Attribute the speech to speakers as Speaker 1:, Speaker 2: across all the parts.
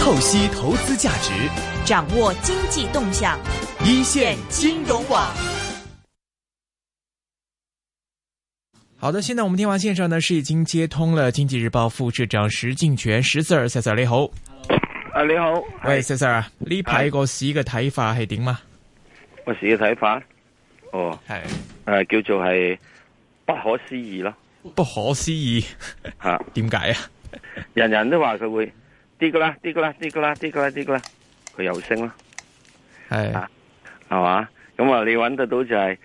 Speaker 1: 透析投资价值，
Speaker 2: 掌握经济动向，
Speaker 1: 一线金融网。好的，现在我们电话线上呢是已经接通了《经济日报》副社长石敬全，石 Sir，石 Sir 你好，
Speaker 3: 啊你好，
Speaker 1: 喂，石 Sir 啊，呢排個市嘅睇法係點啊？
Speaker 3: 我市嘅睇法，哦，
Speaker 1: 係
Speaker 3: 诶、叫做係不可思議咯，
Speaker 1: 不可思議，
Speaker 3: 吓、
Speaker 1: 點解啊？
Speaker 3: 人人都話佢會跌噶啦，跌噶啦，跌噶啦，跌噶啦，跌噶啦，佢又升啦，
Speaker 1: 係
Speaker 3: 啊係嘛？咁啊，你揾得到就係，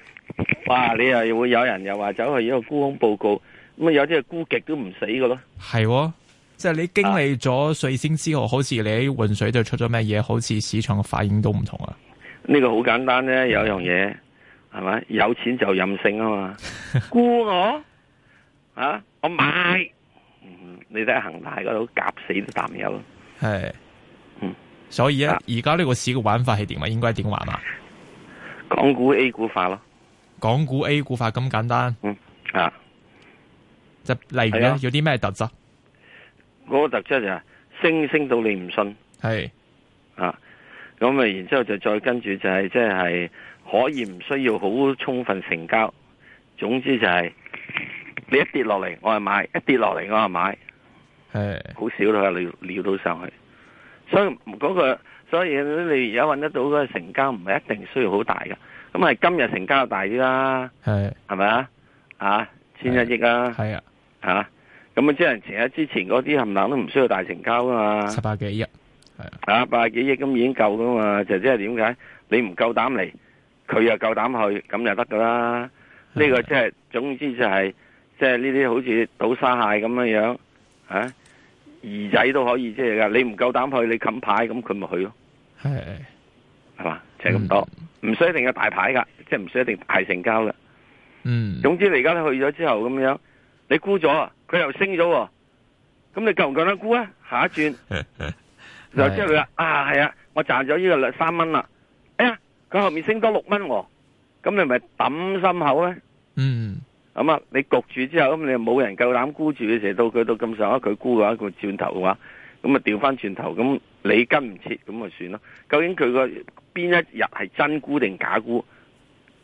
Speaker 3: 哇！你又會有人又話走去一個沽空報告，咁啊有啲係沽極都唔死噶咯，
Speaker 1: 係喎，即係你經歷咗瑞星之後，好似你喺渾水度出咗咩嘢，好似市場嘅反應都唔同啊。
Speaker 3: 呢、個好簡單咧，有一樣嘢係咪？有錢就任性啊嘛，沽我啊，我買，嗯你睇下恒大嗰度夾死都淡友。
Speaker 1: 係，
Speaker 3: 嗯
Speaker 1: 所以咧，
Speaker 3: 啊
Speaker 1: 而家呢個市嘅玩法係點啊？應該點玩啊？
Speaker 3: 港股 A 股化咯，
Speaker 1: 港股 A 股法咁簡單，
Speaker 3: 嗯啊，
Speaker 1: 就例如
Speaker 3: 係
Speaker 1: 咧
Speaker 3: 啊
Speaker 1: 有啲咩特質？
Speaker 3: 嗰、個特質就係升升到你唔信
Speaker 1: 係
Speaker 3: 啊，咁啊，然之後就再跟住就係即係可以唔需要好充分成交，總之就係、你一跌落嚟我係買，一跌落嚟我係買，
Speaker 1: 係
Speaker 3: 好少都係撩撩到上去，所以嗰、個所以你而家揾得到嗰個成交唔係一定需要好大嘅，咁啊係今日成交大啲啦，
Speaker 1: 係
Speaker 3: 係咪啊？啊，千一億啊！
Speaker 1: 係啊，
Speaker 3: 吓，咁啊，即係前一之前嗰啲冚唪唥都唔需要大成交噶嘛，
Speaker 1: 七百幾億，
Speaker 3: 啊，八十幾億咁已經夠噶嘛，就即係點解你唔夠膽嚟，佢又夠膽去，咁就得噶啦。呢、
Speaker 1: Dạ.
Speaker 3: 個即係總之就係、即係呢啲好似倒沙蟹咁樣樣，啊，兒仔都可以即係噶，你唔夠膽去，你冚牌咁佢咪去咯，
Speaker 1: 係
Speaker 3: 係嘛，就係、
Speaker 1: Ừ.
Speaker 3: 咁多，唔、需要一定有大牌噶，即係唔需要一定大成交噶。
Speaker 1: 嗯，
Speaker 3: 總之你而家去咗之後咁樣，你沽咗啊，佢又升咗喎，咁你夠唔夠膽沽啊？下一轉就之後佢話啊係啊，我賺咗呢個兩三蚊啦，哎呀，佢後面升多六蚊喎，咁你咪抌心口咧？
Speaker 1: 嗯
Speaker 3: 咁啊，你焗住之後，咁你冇人夠膽沽住嘅時候，到佢到咁上下佢沽嘅話，佢轉頭嘅話，咁啊調翻轉頭，咁你跟唔切，咁咪算咯。究竟佢個邊一日係真沽定假沽？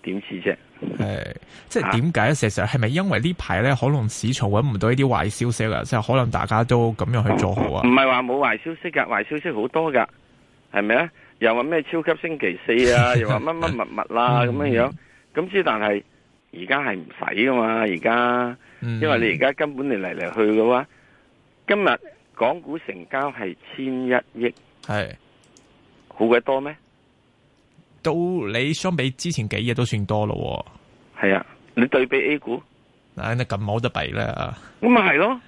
Speaker 3: 點知啫？
Speaker 1: 係，即
Speaker 3: 啊
Speaker 1: 係點解石 Sir 係咪因為呢排咧，可能市場揾唔到呢啲壞消息啊？即係可能大家都咁樣去做好啊
Speaker 3: 唔？係話冇壞消息㗎，壞消息好多㗎，係咪啊？又話咩超級星期四 啊，又話乜乜物物啊啦咁樣樣，咁之但係而家係唔使噶嘛，而家，
Speaker 1: 嗯
Speaker 3: 因為你而家根本你嚟嚟去嘅話，今日港股成交係千一億，
Speaker 1: 係
Speaker 3: 好鬼多咩？
Speaker 1: 都你相比之前幾日都算多咯
Speaker 3: 係啊，你對比 A 股，
Speaker 1: 喎，唉，你咁冇得比啦。
Speaker 3: 咁咪係咯。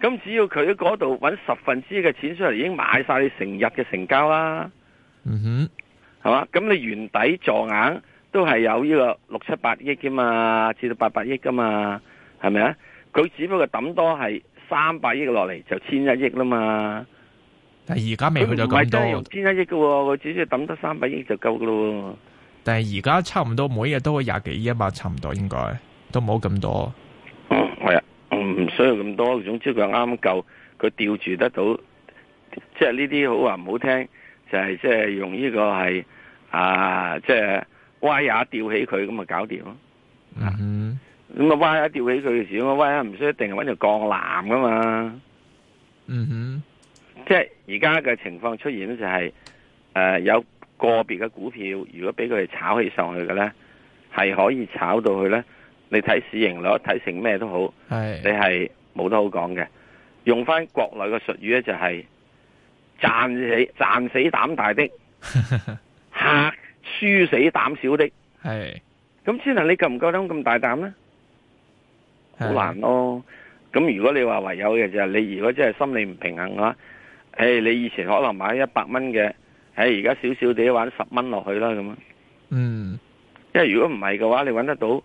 Speaker 3: 咁只要佢喺嗰度揾十分之一嘅錢出嚟，已經買晒你成日嘅成交啦。
Speaker 1: 嗯
Speaker 3: 係嘛？咁你原底坐硬都係有呢個六七百億噶嘛，至到八百億噶嘛，係咪啊？佢只不過抌多係三百億落嚟就千一億啦
Speaker 1: 哼，
Speaker 3: 嘛，
Speaker 1: 但係而家未
Speaker 3: 佢
Speaker 1: 去到
Speaker 3: 唔係
Speaker 1: 咁
Speaker 3: 真係用
Speaker 1: 多，
Speaker 3: 千一億嘅喎，佢只需要抌得三百億就夠噶咯
Speaker 1: 但係而家差唔多每日都會廿幾億嘛，差唔多應該都冇咁多。
Speaker 3: 喎。係啊，唔需要咁多，總之佢啱夠，佢吊住得到，即係呢啲好話唔好聽，就係即係用呢個係啊，即係歪也吊起佢咁啊，搞掂咯。
Speaker 1: 嗯哼，
Speaker 3: 咁啊歪一吊起佢嘅時候，咁啊歪一唔需要一定係揾條鋼纜噶嘛。
Speaker 1: 嗯
Speaker 3: 即係而家嘅情況出現咧、就係誒有個別嘅股票，如果俾佢哋炒起上去嘅咧，係可以炒到去咧。你睇市盈率，睇成咩都好，
Speaker 1: 哼，係
Speaker 3: 你係冇得好講嘅。用翻國內嘅術語咧、就係賺死賺死膽大的，嚇輸死膽小的。
Speaker 1: 係
Speaker 3: 咁先能啊你夠唔夠膽咁大膽咧？好難咯。咁如果你話唯有嘅就係你如果真係心理唔平衡嘅話，誒你以前可能買一百蚊嘅，誒而家少少地玩十蚊落去啦咁啊。
Speaker 1: 嗯
Speaker 3: 因為如果唔係嘅話，你揾得到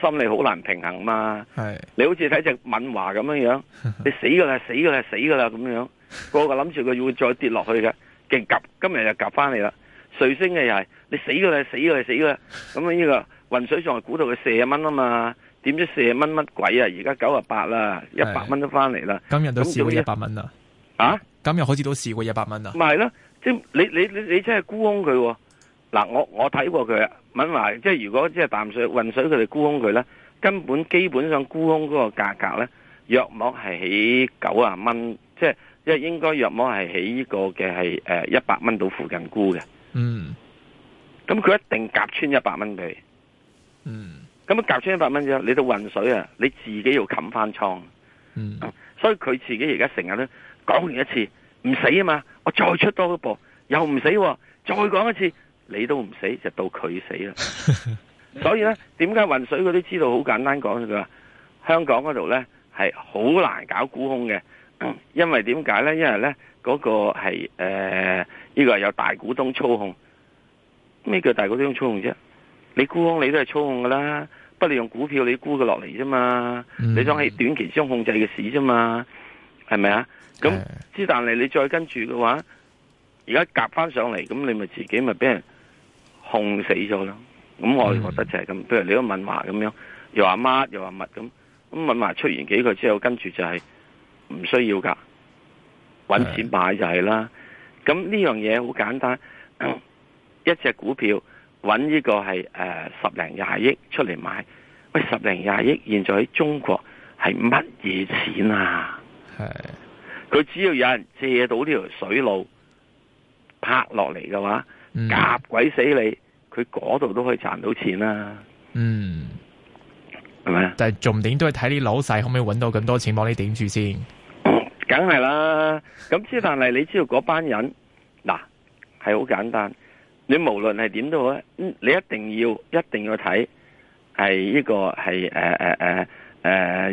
Speaker 3: 心理好難平衡嘛。
Speaker 1: 係
Speaker 3: 你好似睇只敏華咁樣樣，你死噶啦，死噶啦，死噶啦咁樣，個個諗住佢會再跌落去嘅，勁夾，今日又夾翻嚟啦。瑞星嘅又係，你死噶啦，死噶啦，死噶啦。咁啊呢個混水仲係估到佢四十蚊啊嘛，點知四十蚊乜鬼啊？而家九十八啦，一百蚊都翻嚟啦。
Speaker 1: 今日都
Speaker 3: 咁
Speaker 1: 少
Speaker 3: 仲要
Speaker 1: 一百蚊啦。
Speaker 3: 啊，
Speaker 1: 今日好似都試過一百蚊啊，
Speaker 3: 咪係咯，即係你你你你真係沽空佢喎。嗱，我我睇過佢啊，問埋即係如果即係淡水混水佢哋沽空佢咧，根本基本上沽空嗰個價格咧，約莫係起九啊蚊，即係即係應該約莫係起呢個嘅係誒一百蚊到附近沽嘅，
Speaker 1: 嗯
Speaker 3: 咁佢一定夾穿一百蚊俾
Speaker 1: 嗯
Speaker 3: 你，咁樣夾穿一百蚊之後，你到混水啊，你自己要冚翻倉。
Speaker 1: 嗯
Speaker 3: 所以佢自己而家成日咧講完一次唔死啊嘛，我再出多一步又唔死、喎，再講一次你都唔死，就到佢死啦。所以咧，點解混水嗰啲知道好簡單講佢話香港嗰度咧係好難搞沽空嘅，因為點解咧？因為咧嗰、個係誒呢個係有大股東操控。咩叫大股東操控啫？你沽空你都係操控噶啦，不過你用股票你沽佢落嚟啫嘛。
Speaker 1: 嗯
Speaker 3: 你想喺短期之中控制嘅市啫嘛，係咪啊？咁
Speaker 1: 係
Speaker 3: 之但係你再跟住嘅話，而家夾翻上嚟，咁你咪自己咪俾人控死咗咯。咁我
Speaker 1: 嗯
Speaker 3: 覺得就係咁，譬如你都問話咁樣，又話乜又話乜咁，咁問話出完幾個之後，跟住就係唔需要噶，揾錢買就係啦。咁呢樣嘢好簡單，一隻股票揾呢個係誒、呃十零廿億出嚟買，喂十零廿億現在喺中國係乜嘢錢啊？
Speaker 1: 係
Speaker 3: 佢只要有人借到呢條水路拍落嚟嘅話，
Speaker 1: 嗯
Speaker 3: 夾鬼死你，佢嗰度都可以賺到錢啦，
Speaker 1: 嗯，
Speaker 3: 係 咪啊？
Speaker 1: 但係重點都係睇你老細可唔可以揾到咁多錢幫你頂住先，
Speaker 3: 梗係啦，咁之但係你知道嗰班人嗱係好簡單，你無論係點都好咧，嗯你一定要一定要睇係呢個係誒誒誒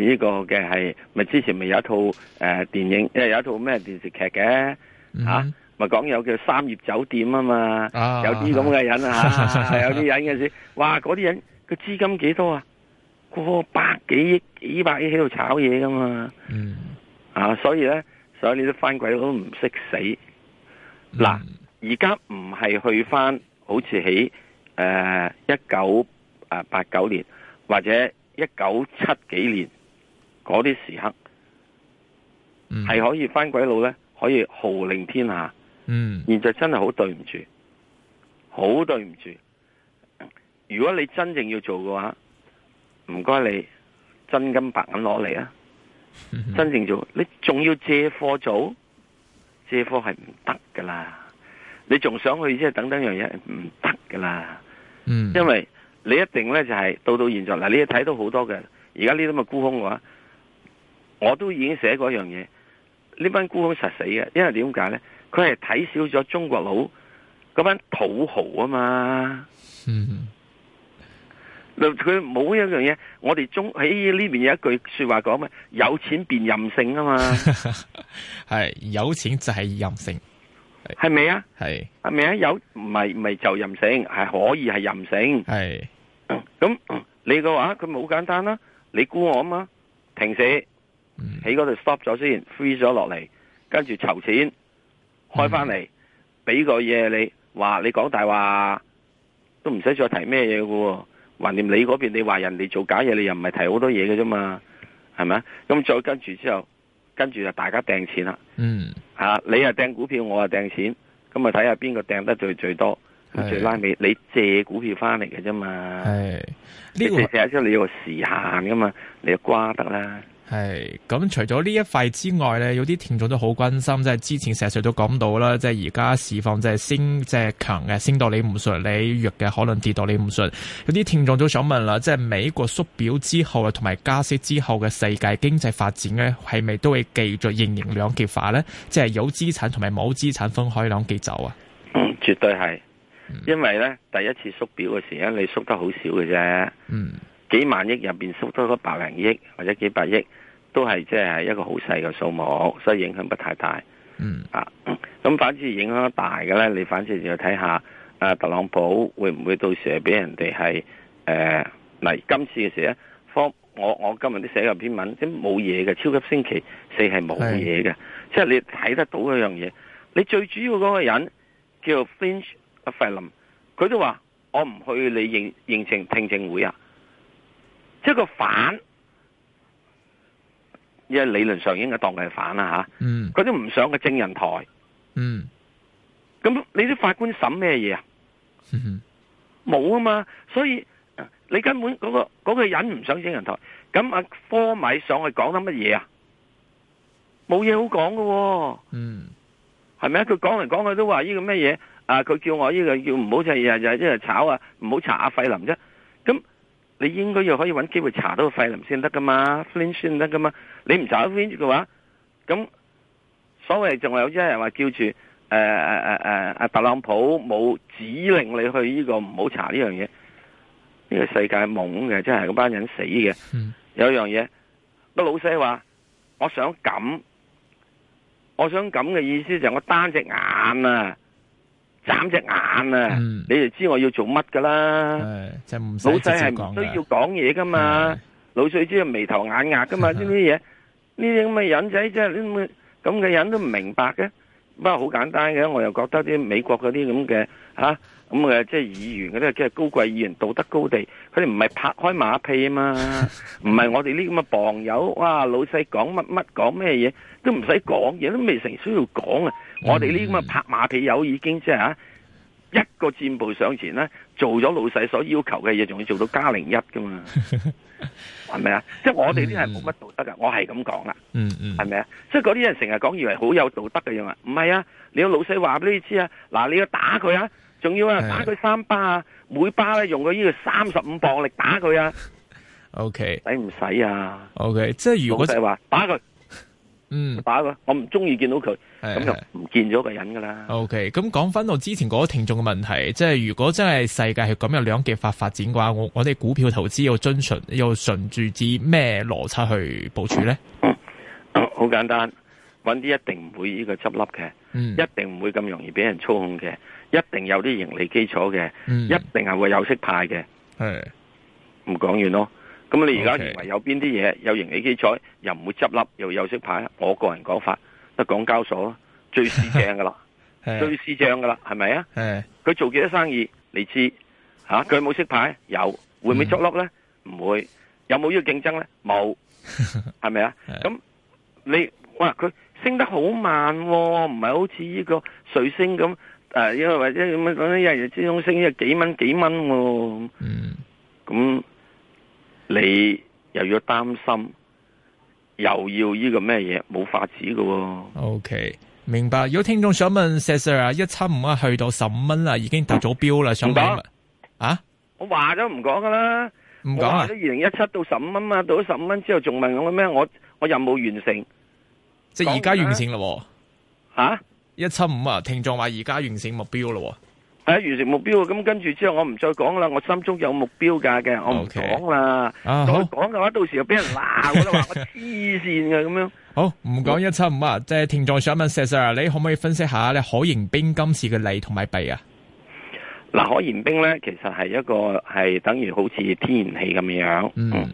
Speaker 3: 誒呢個嘅係咪之前咪有一套誒、呃、電影，誒有一套咩電視劇嘅
Speaker 1: 嗯
Speaker 3: 嚇，咪講有叫三葉酒店啊嘛。
Speaker 1: 啊
Speaker 3: 啊有啲咁嘅人啊， 有啲人嘅先，哇！嗰啲人佢資金幾多啊？過百幾億、幾百億喺度炒嘢噶嘛，
Speaker 1: 嗯
Speaker 3: 啊！所以咧，所以你都翻鬼佬都唔識死。嗱
Speaker 1: 嗯
Speaker 3: 而家唔係去翻好似喺誒一九誒八九年或者一九七幾年嗰啲時刻，
Speaker 1: 嗯
Speaker 3: 係可以翻鬼佬咧，可以號令天下。
Speaker 1: 嗯
Speaker 3: 現在真係好對唔住，好對唔住。如果你真正要做嘅話，唔該你真金白銀攞嚟啊！
Speaker 1: 嗯
Speaker 3: 真正做，你仲要借貨做，借貨係唔得噶啦。你仲想去即係等等樣嘢係唔得噶啦，
Speaker 1: 嗯
Speaker 3: 因為你一定咧就係、到到現在嗱，你睇到好多嘅，而家呢啲咁嘅沽空嘅話，我都已經寫過一樣嘢，呢班沽空實死嘅，因為點解咧？佢係睇少咗中國佬嗰班土豪啊嘛，
Speaker 1: 嗯
Speaker 3: 嗱佢冇一樣嘢，我哋中喺呢邊有一句说話講咩？有錢變任性啊嘛，
Speaker 1: 係有錢就係任性，
Speaker 3: 係咪啊？
Speaker 1: 係
Speaker 3: 係咪啊？有唔係唔係就任性，係可以係任性。
Speaker 1: 係
Speaker 3: 咁你嘅話佢咪好簡單啦，你估我啊嘛，停市。
Speaker 1: 嗯
Speaker 3: 喺嗰度 stop 咗先，freeze 咗落嚟，跟住籌錢開
Speaker 1: 嗯
Speaker 3: 翻嚟，俾個嘢你，話你講大話都唔使再提咩嘢嘅喎。橫掂你嗰邊你話人哋做假嘢，你又唔係提好多嘢嘅啫嘛，係咪啊？咁再跟住之後，跟住就大家掟錢啦，
Speaker 1: 嗯
Speaker 3: 嚇、你又掟股票，我又掟錢，咁咪睇下邊個掟得最最多，咁
Speaker 1: 係
Speaker 3: 最拉尾你借股票翻嚟嘅啫嘛。
Speaker 1: 係
Speaker 3: 你
Speaker 1: 呢個
Speaker 3: 借借之後你有個時限噶嘛，你就瓜得啦。
Speaker 1: 係咁，除咗呢一塊之外咧，有啲聽眾都好關心，即係之前石 Sir 都講到啦，即係而家市況即係升，即係強嘅升到你唔信，你弱嘅可能跌到你唔信。有啲聽眾都想問啦，即係美國縮表之後啊，同埋加息之後嘅世界經濟發展咧，係咪都會繼續形形兩極化咧？即係有資產同埋冇資產分開兩極走啊？
Speaker 3: 嗯絕對係，因為咧第一次縮表嘅時咧，你縮得好少嘅啫，
Speaker 1: 嗯
Speaker 3: 幾萬億入邊縮得嗰百零億或者幾百億，都係即係一個好細嘅數目，所以影響不太大
Speaker 1: 嗯
Speaker 3: 啊。咁反之影響大嘅咧，你反正就要睇下啊特朗普會唔會到時係俾人哋係誒嗱今次嘅時咧，方我我今日都寫咗篇文，即係冇嘢嘅，超級星期四係冇嘢嘅，即係你睇得到一樣嘢。你最主要嗰個人叫 Finch f i l m 佢都話：我唔去你認認證聽證會啊！即係個反因為理論上應該當佢係反啦
Speaker 1: 嗯
Speaker 3: 吓，佢都唔上個證人台，
Speaker 1: 嗯
Speaker 3: 咁你啲法官審咩嘢啊？
Speaker 1: 嗯嗯
Speaker 3: 冇啊嘛，所以呃你根本嗰、個嗰、個人唔上整人台，咁阿科米上去講得乜嘢啊？冇嘢好講嘅、喎，
Speaker 1: 嗯
Speaker 3: 係咪啊？佢講嚟講去都話呢個乜嘢啊？佢叫我呢個叫唔好就日日一日炒啊，唔好查阿費林啫。咁你應該要可以揾機會查到個費林先得噶嘛，Flynn 先得噶嘛。你唔查到 Flynn 嘅話，咁所謂仲有啲人話叫住誒誒誒誒阿特朗普冇指令你去呢個唔好查呢樣嘢，呢、個世界懵嘅，真係嗰班人死嘅。
Speaker 1: 嗯
Speaker 3: 有一樣嘢，個老細話：我想咁，我想咁嘅意思就係我單隻眼啊，斬隻眼啊，
Speaker 1: 嗯
Speaker 3: 你哋知我要做乜噶啦？
Speaker 1: 係就唔
Speaker 3: 老
Speaker 1: 使
Speaker 3: 細
Speaker 1: 直接
Speaker 3: 係唔
Speaker 1: 講嗯
Speaker 3: 需要
Speaker 1: 嘅，
Speaker 3: 講嘢噶嘛。老水知道眉頭眼額噶嘛，呢啲嘢，呢啲咁嘅人仔即係呢啲咁嘅人都唔明白嘅。不過好簡單嘅，我又覺得啲美國嗰啲咁嘅嚇咁嘅即係議員嗰啲即係高貴議員道德高地，佢哋唔係拍開馬屁啊嘛，唔係我哋呢啲咁嘅傍友，哇老細講乜乜講咩嘢都唔使講嘢，都未成需要講啊！我哋呢啲
Speaker 1: 嗯
Speaker 3: 咁嘅拍馬屁友已經即係嚇一個箭步上前啦，做咗老細所要求嘅嘢，仲要做到加零一噶 嘛。系咪啊？即系我哋啲係冇乜道德噶，我係咁講啦，
Speaker 1: 嗯嗯
Speaker 3: 係咪啊？即係嗰啲人成日講以為好有道德嘅樣啊，唔係啊！你要老細話俾你知啊，嗱，你要打佢啊，仲要啊
Speaker 1: 係
Speaker 3: 打佢三巴啊，每巴咧用佢呢個三十五磅力打佢啊，
Speaker 1: ，OK
Speaker 3: 使唔使啊？
Speaker 1: OK，即係如
Speaker 3: 老
Speaker 1: 果
Speaker 3: 細話打佢
Speaker 1: 嗯
Speaker 3: 打佢，我唔中意見到佢，咁
Speaker 1: 係係
Speaker 3: 就唔見咗個人噶啦。
Speaker 1: O K，咁講翻到之前嗰個聽眾嘅問題，即係如果真係世界係咁樣兩極化發展嘅話，我我哋股票投資要遵循，要順住至咩邏輯去部署咧？
Speaker 3: 好簡單，揾啲一定唔會呢個執笠嘅，
Speaker 1: 嗯，
Speaker 3: 一定唔會咁容易俾人操控嘅，一定有啲盈利基礎嘅，
Speaker 1: 嗯
Speaker 3: 一定係會有息派嘅。
Speaker 1: 係
Speaker 3: 唔講完咯。咁你而
Speaker 1: OK
Speaker 3: 家認為有邊啲嘢有盈利基礎，又唔會執笠，又有息牌？我個人講法得港交所咯，最市 正噶啦，最
Speaker 1: 係
Speaker 3: 市正噶啦，係咪啊？
Speaker 1: 係
Speaker 3: 佢做幾多生意你知吓？佢、有冇息牌？有，會唔會捉笠咧？唔、會。有冇呢個競爭咧？冇，係咪啊？
Speaker 1: 係
Speaker 3: 咁你哇，佢升得好慢、喎，唔係好似呢個瑞星咁誒，因為或者咁樣一日之中升咗幾蚊幾蚊喎、
Speaker 1: 嗯
Speaker 3: 咁你又要擔心，又要呢個咩嘢冇法子嘅喎、
Speaker 1: O K，明白。有聽眾想問石 Sir 啊，一七五啊去到十五蚊啦，已經達咗標啦，想問
Speaker 3: 唔講
Speaker 1: 啊？
Speaker 3: 我話咗唔講噶啦，
Speaker 1: 唔
Speaker 3: 我
Speaker 1: 講
Speaker 3: 話
Speaker 1: 啊
Speaker 3: 咗，二零一七到十五蚊嘛，到咗十五蚊之後仲問我咩？我我任務完成
Speaker 1: 即係而家完成咯
Speaker 3: 嚇，係、啊、
Speaker 1: 喎，一七五啊，聽眾話而家完成目標咯
Speaker 3: 啊完成目標。咁跟住之後我唔再講啦，我心中有目標價嘅，我唔
Speaker 1: OK
Speaker 3: 講啦。
Speaker 1: 喎。啊
Speaker 3: 再
Speaker 1: 好。
Speaker 3: 講嘅話，到時又俾人鬧噶啦，話我黐線 嘅咁樣。
Speaker 1: 好，唔講一七五啊，即係聽眾想問石 Sir，你可唔可以分析下咧可形冰今次嘅利同埋弊啊？
Speaker 3: 嗱，可燃冰咧，其實係一個係等於好似天然氣咁樣。
Speaker 1: 嗯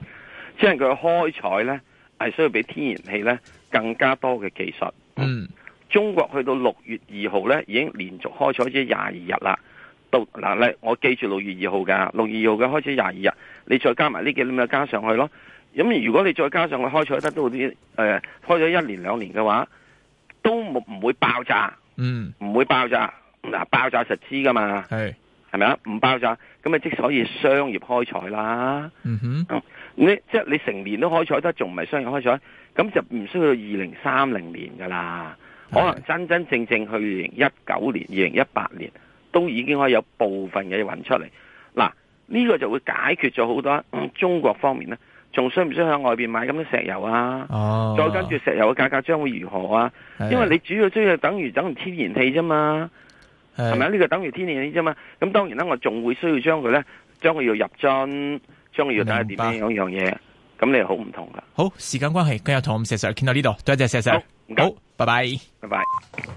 Speaker 3: 即係佢開採呢，係需要比天然氣呢更加多嘅技術。
Speaker 1: 嗯
Speaker 3: 中國去到六月二號呢，已經連續開採咗廿二日啦。到嗱你我記住六月二號㗎，六月二號嘅開始廿二日，你再加埋呢幾咁咪加上去咯。咁如果你再加上去開採得到啲誒開咗一年兩年嘅話，都冇唔會爆炸，
Speaker 1: 嗯，
Speaker 3: 唔會爆炸。嗱，爆炸實知㗎嘛，
Speaker 1: 係，
Speaker 3: 係咪啊？唔爆炸，咁咪即所以商業開採啦。
Speaker 1: 嗯哼，
Speaker 3: 你即係你成年都開採得，仲唔係商業開採？咁就唔需要到二零三零年㗎啦。可能真真正正去二零一九年、二零一八年，都已經可以有部分嘅嘢運出嚟。嗱，呢、個就會解決咗好多、嗯中國方面呢，仲需唔需要向外邊買咁多石油啊？
Speaker 1: 哦，
Speaker 3: 再跟住石油嘅價格將會如何啊？
Speaker 1: 係，
Speaker 3: 因為你主要需要等於等於天然氣啫嘛。
Speaker 1: 係
Speaker 3: 係咪啊？呢個等於天然氣啫嘛。咁當然啦，我仲會需要將佢咧，將佢要入樽，將佢要睇下點樣樣樣嘢。咁你係好唔同噶。
Speaker 1: 好時間關係，今日同石 Sir 傾到呢度，多謝石 Sir，
Speaker 3: 好唔該
Speaker 1: 好，拜拜。
Speaker 3: 拜拜。